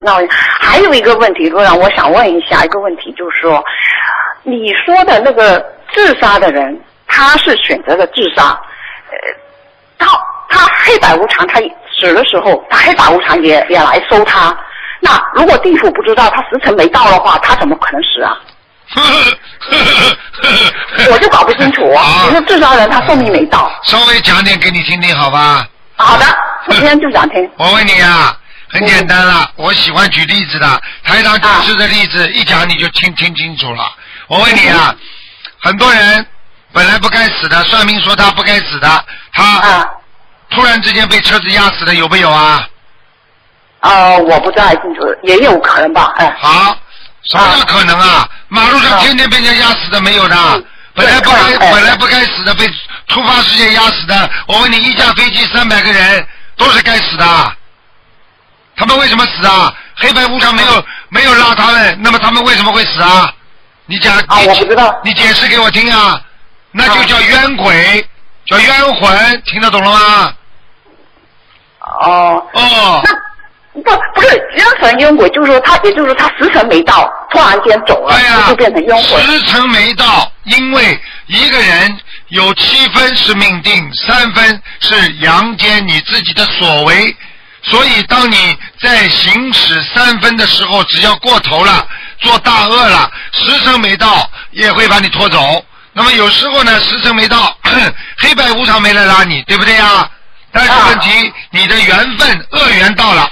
那还有一个问题，陆长，我想问一下一个问题，就是说，你说的那个自杀的人，他是选择了自杀，呃，他他黑白无常，他死的时候，他黑白无常也也来收他。那如果地府不知道他时辰没到的话，他怎么可能死啊？ 我就搞不清楚啊！你说自杀人他寿命没到，稍微讲点给你听听，好吧？好的，今天就想听。我问你啊，很简单了，我喜欢举例子的，台长举出的例啊子一讲你就听听清楚了。我问你啊，很多人本来不该死的，算命说他不该死的，他啊，突然之间被车子压死的有没有啊？呃，我不太清楚，也有可能吧，哎，好，什么叫可能啊？马路上天天被人家压死的没有的，本来不该嗯对哎本来不该死的被突发事件压死的。我问你，一架飞机三百个人都是该死的，他们为什么死啊？黑白无常没嗯有没有拉他们，那么他们为什么会死啊？你讲啊你我不知道你解释给我听啊，那就叫冤鬼，嗯叫冤魂，听得懂了吗？哦、哦，那不不是冤魂冤鬼，就是说他，也就是说他时辰没到，突然间走了，对啊呀、就变成冤魂。时辰没到，因为一个人有七分是命定，三分是阳间你自己的所为。所以，当你在行使三分的时候，只要过头了，做大恶了，时辰没到，也会把你拖走。那么有时候呢，时辰没到， 黑白无常没来拉你，对不对呀？但是问题，你的缘分恶缘到了，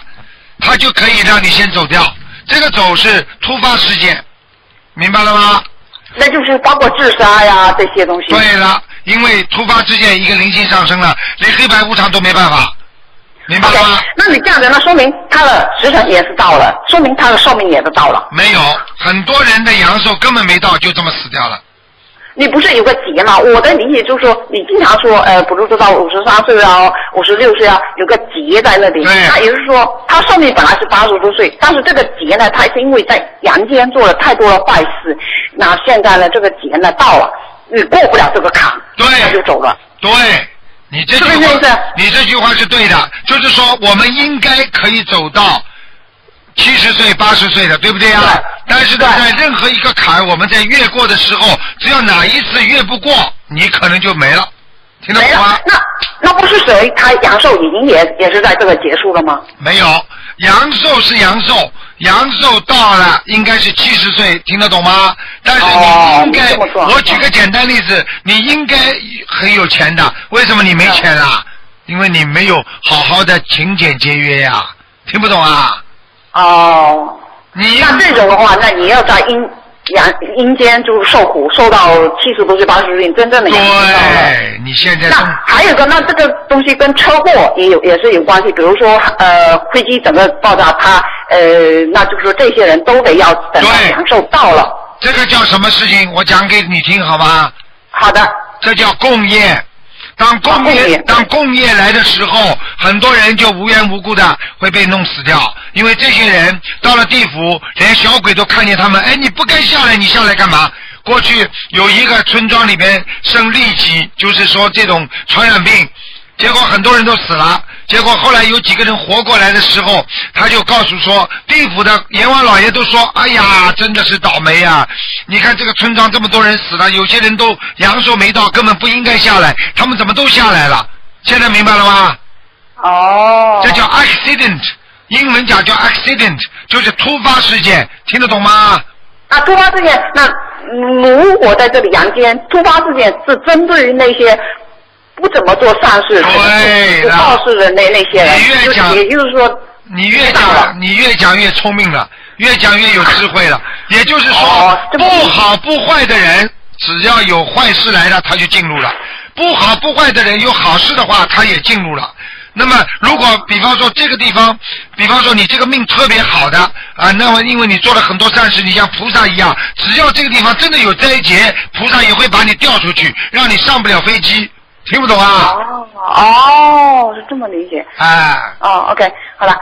他就可以让你先走掉。这个走是突发事件，明白了吗？那就是包括自杀呀这些东西。对了，因为突发事件一个灵性上升了，连黑白无常都没办法，明白 OK，了吗？那你这样子，那说明他的时辰也是到了，说明他的寿命也是到了。没有，很多人的阳寿根本没到，就这么死掉了。你不是有个劫吗？我的理解就是说，你经常说，呃，不是知道五十三岁啊，五十六岁啊，有个劫在那里。对那也就是说，他寿命本来是八十多岁，但是这个劫呢，他是因为在阳间做了太多的坏事，那现在呢，这个劫呢到了，你过不了这个坎，对他就走了。对，你这句是不是话，这样子你这句话是对的，就是说我们应该可以走到七十岁、八十岁的，对不对呀、对但是呢，对在任何一个坎，我们在越过的时候，只要哪一次越不过，你可能就没了，听得没懂了吗？，那那不是谁他阳寿已经也也是在这个结束了吗？没有，阳寿是阳寿，阳寿到了应该是七十岁，听得懂吗？但是哦你应该，你这么说我举个简单例子，你应该很有钱的，为什么你没钱啊？嗯因为你没有好好的勤俭节约呀、听不懂啊？哦，你那这种的话，那你要在阴阳阴间就受苦，受到七十多岁、八十岁，你真正的阳寿到了。对，你现在那正还有一个，那这个东西跟车祸也有也是有关系。比如说，呃，飞机整个爆炸，它呃，那就是说这些人都得要等到对阳寿到了。这个叫什么事情？我讲给你听好吗？好的，这叫共业。当共啊共业业当共业来的时候，很多人就无缘无故的会被弄死掉，因为这些人到了地府，连小鬼都看见他们，哎，你不该下来，你下来干嘛？过去有一个村庄里边生痢疾，就是说这种传染病，结果很多人都死了。结果后来有几个人活过来的时候，他就告诉说，地府的阎王老爷都说：“哎呀，真的是倒霉啊！你看这个村庄这么多人死了，有些人都阳寿没到，根本不应该下来，他们怎么都下来了？现在明白了吗？哦，这叫 accident，英文讲叫 accident，就是突发事件，听得懂吗？那突发事件，那嗯如果在这里阳间，突发事件是针对于那些不怎么做善事、对不了好事的那那些人，哎你越就是讲也就是说，你越知道了讲，你越讲越聪明了，越讲越有智慧了。也就是说哦，这不么好不坏的人，只要有坏事来了，他就进入了；不好不坏的人有好事的话，他也进入了。那么，如果比方说这个地方，比方说你这个命特别好的啊，那么因为你做了很多善事，你像菩萨一样，只要这个地方真的有灾劫，菩萨也会把你调出去，让你上不了飞机。听不懂啊？哦哦，是这么理解。哎。哦，OK，好了，